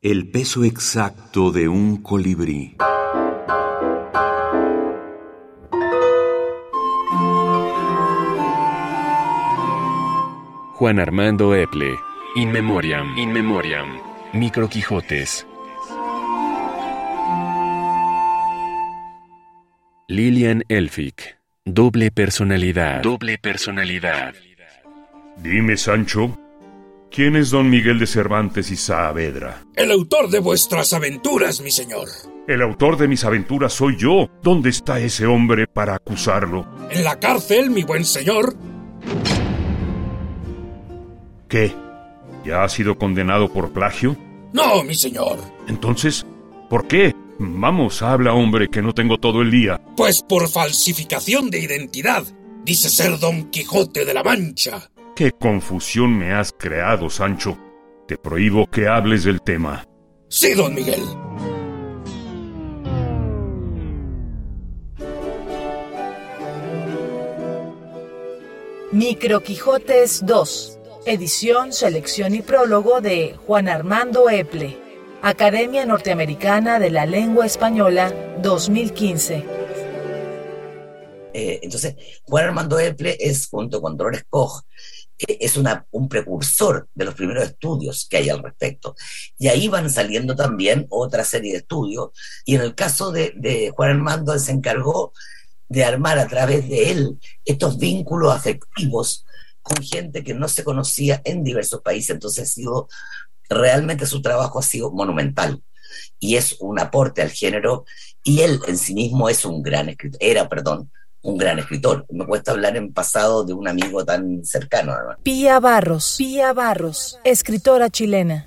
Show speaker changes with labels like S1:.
S1: El peso exacto de un colibrí.
S2: Juan Armando Eple. In Memoriam. In Memoriam. Micro Quijotes. Lilian Elfic. Doble personalidad. Doble personalidad.
S3: Dime, Sancho, ¿quién es don Miguel de Cervantes y Saavedra?
S4: El autor de vuestras aventuras, mi señor.
S3: El autor de mis aventuras soy yo. ¿Dónde está ese hombre para acusarlo?
S4: En la cárcel, mi buen señor.
S3: ¿Qué? ¿Ya ha sido condenado por plagio?
S4: No, mi señor.
S3: Entonces, ¿por qué? Vamos, habla, hombre, que no tengo todo el día.
S4: Pues por falsificación de identidad. Dice ser Don Quijote de la Mancha.
S3: Qué confusión me has creado, Sancho. Te prohíbo que hables del tema.
S4: Sí, don Miguel.
S5: Micro Quijotes 2. Edición, selección y prólogo de Juan Armando Eple. Academia Norteamericana de la Lengua Española 2015.
S6: Eh, entonces, Juan Armando Eple es, junto con Dolores Koch, eh, es una, un precursor de los primeros estudios que hay al respecto. Y ahí van saliendo también otra serie de estudios. Y en el caso de, de Juan Armando, él se encargó de armar a través de él estos vínculos afectivos con gente que no se conocía en diversos países. Entonces, ha sido realmente su trabajo ha sido monumental y es un aporte al género y él en sí mismo es un gran escritor, era, perdón, un gran escritor. Me cuesta hablar en pasado de un amigo tan cercano.
S5: Pía Barros, Pía Barros, escritora chilena.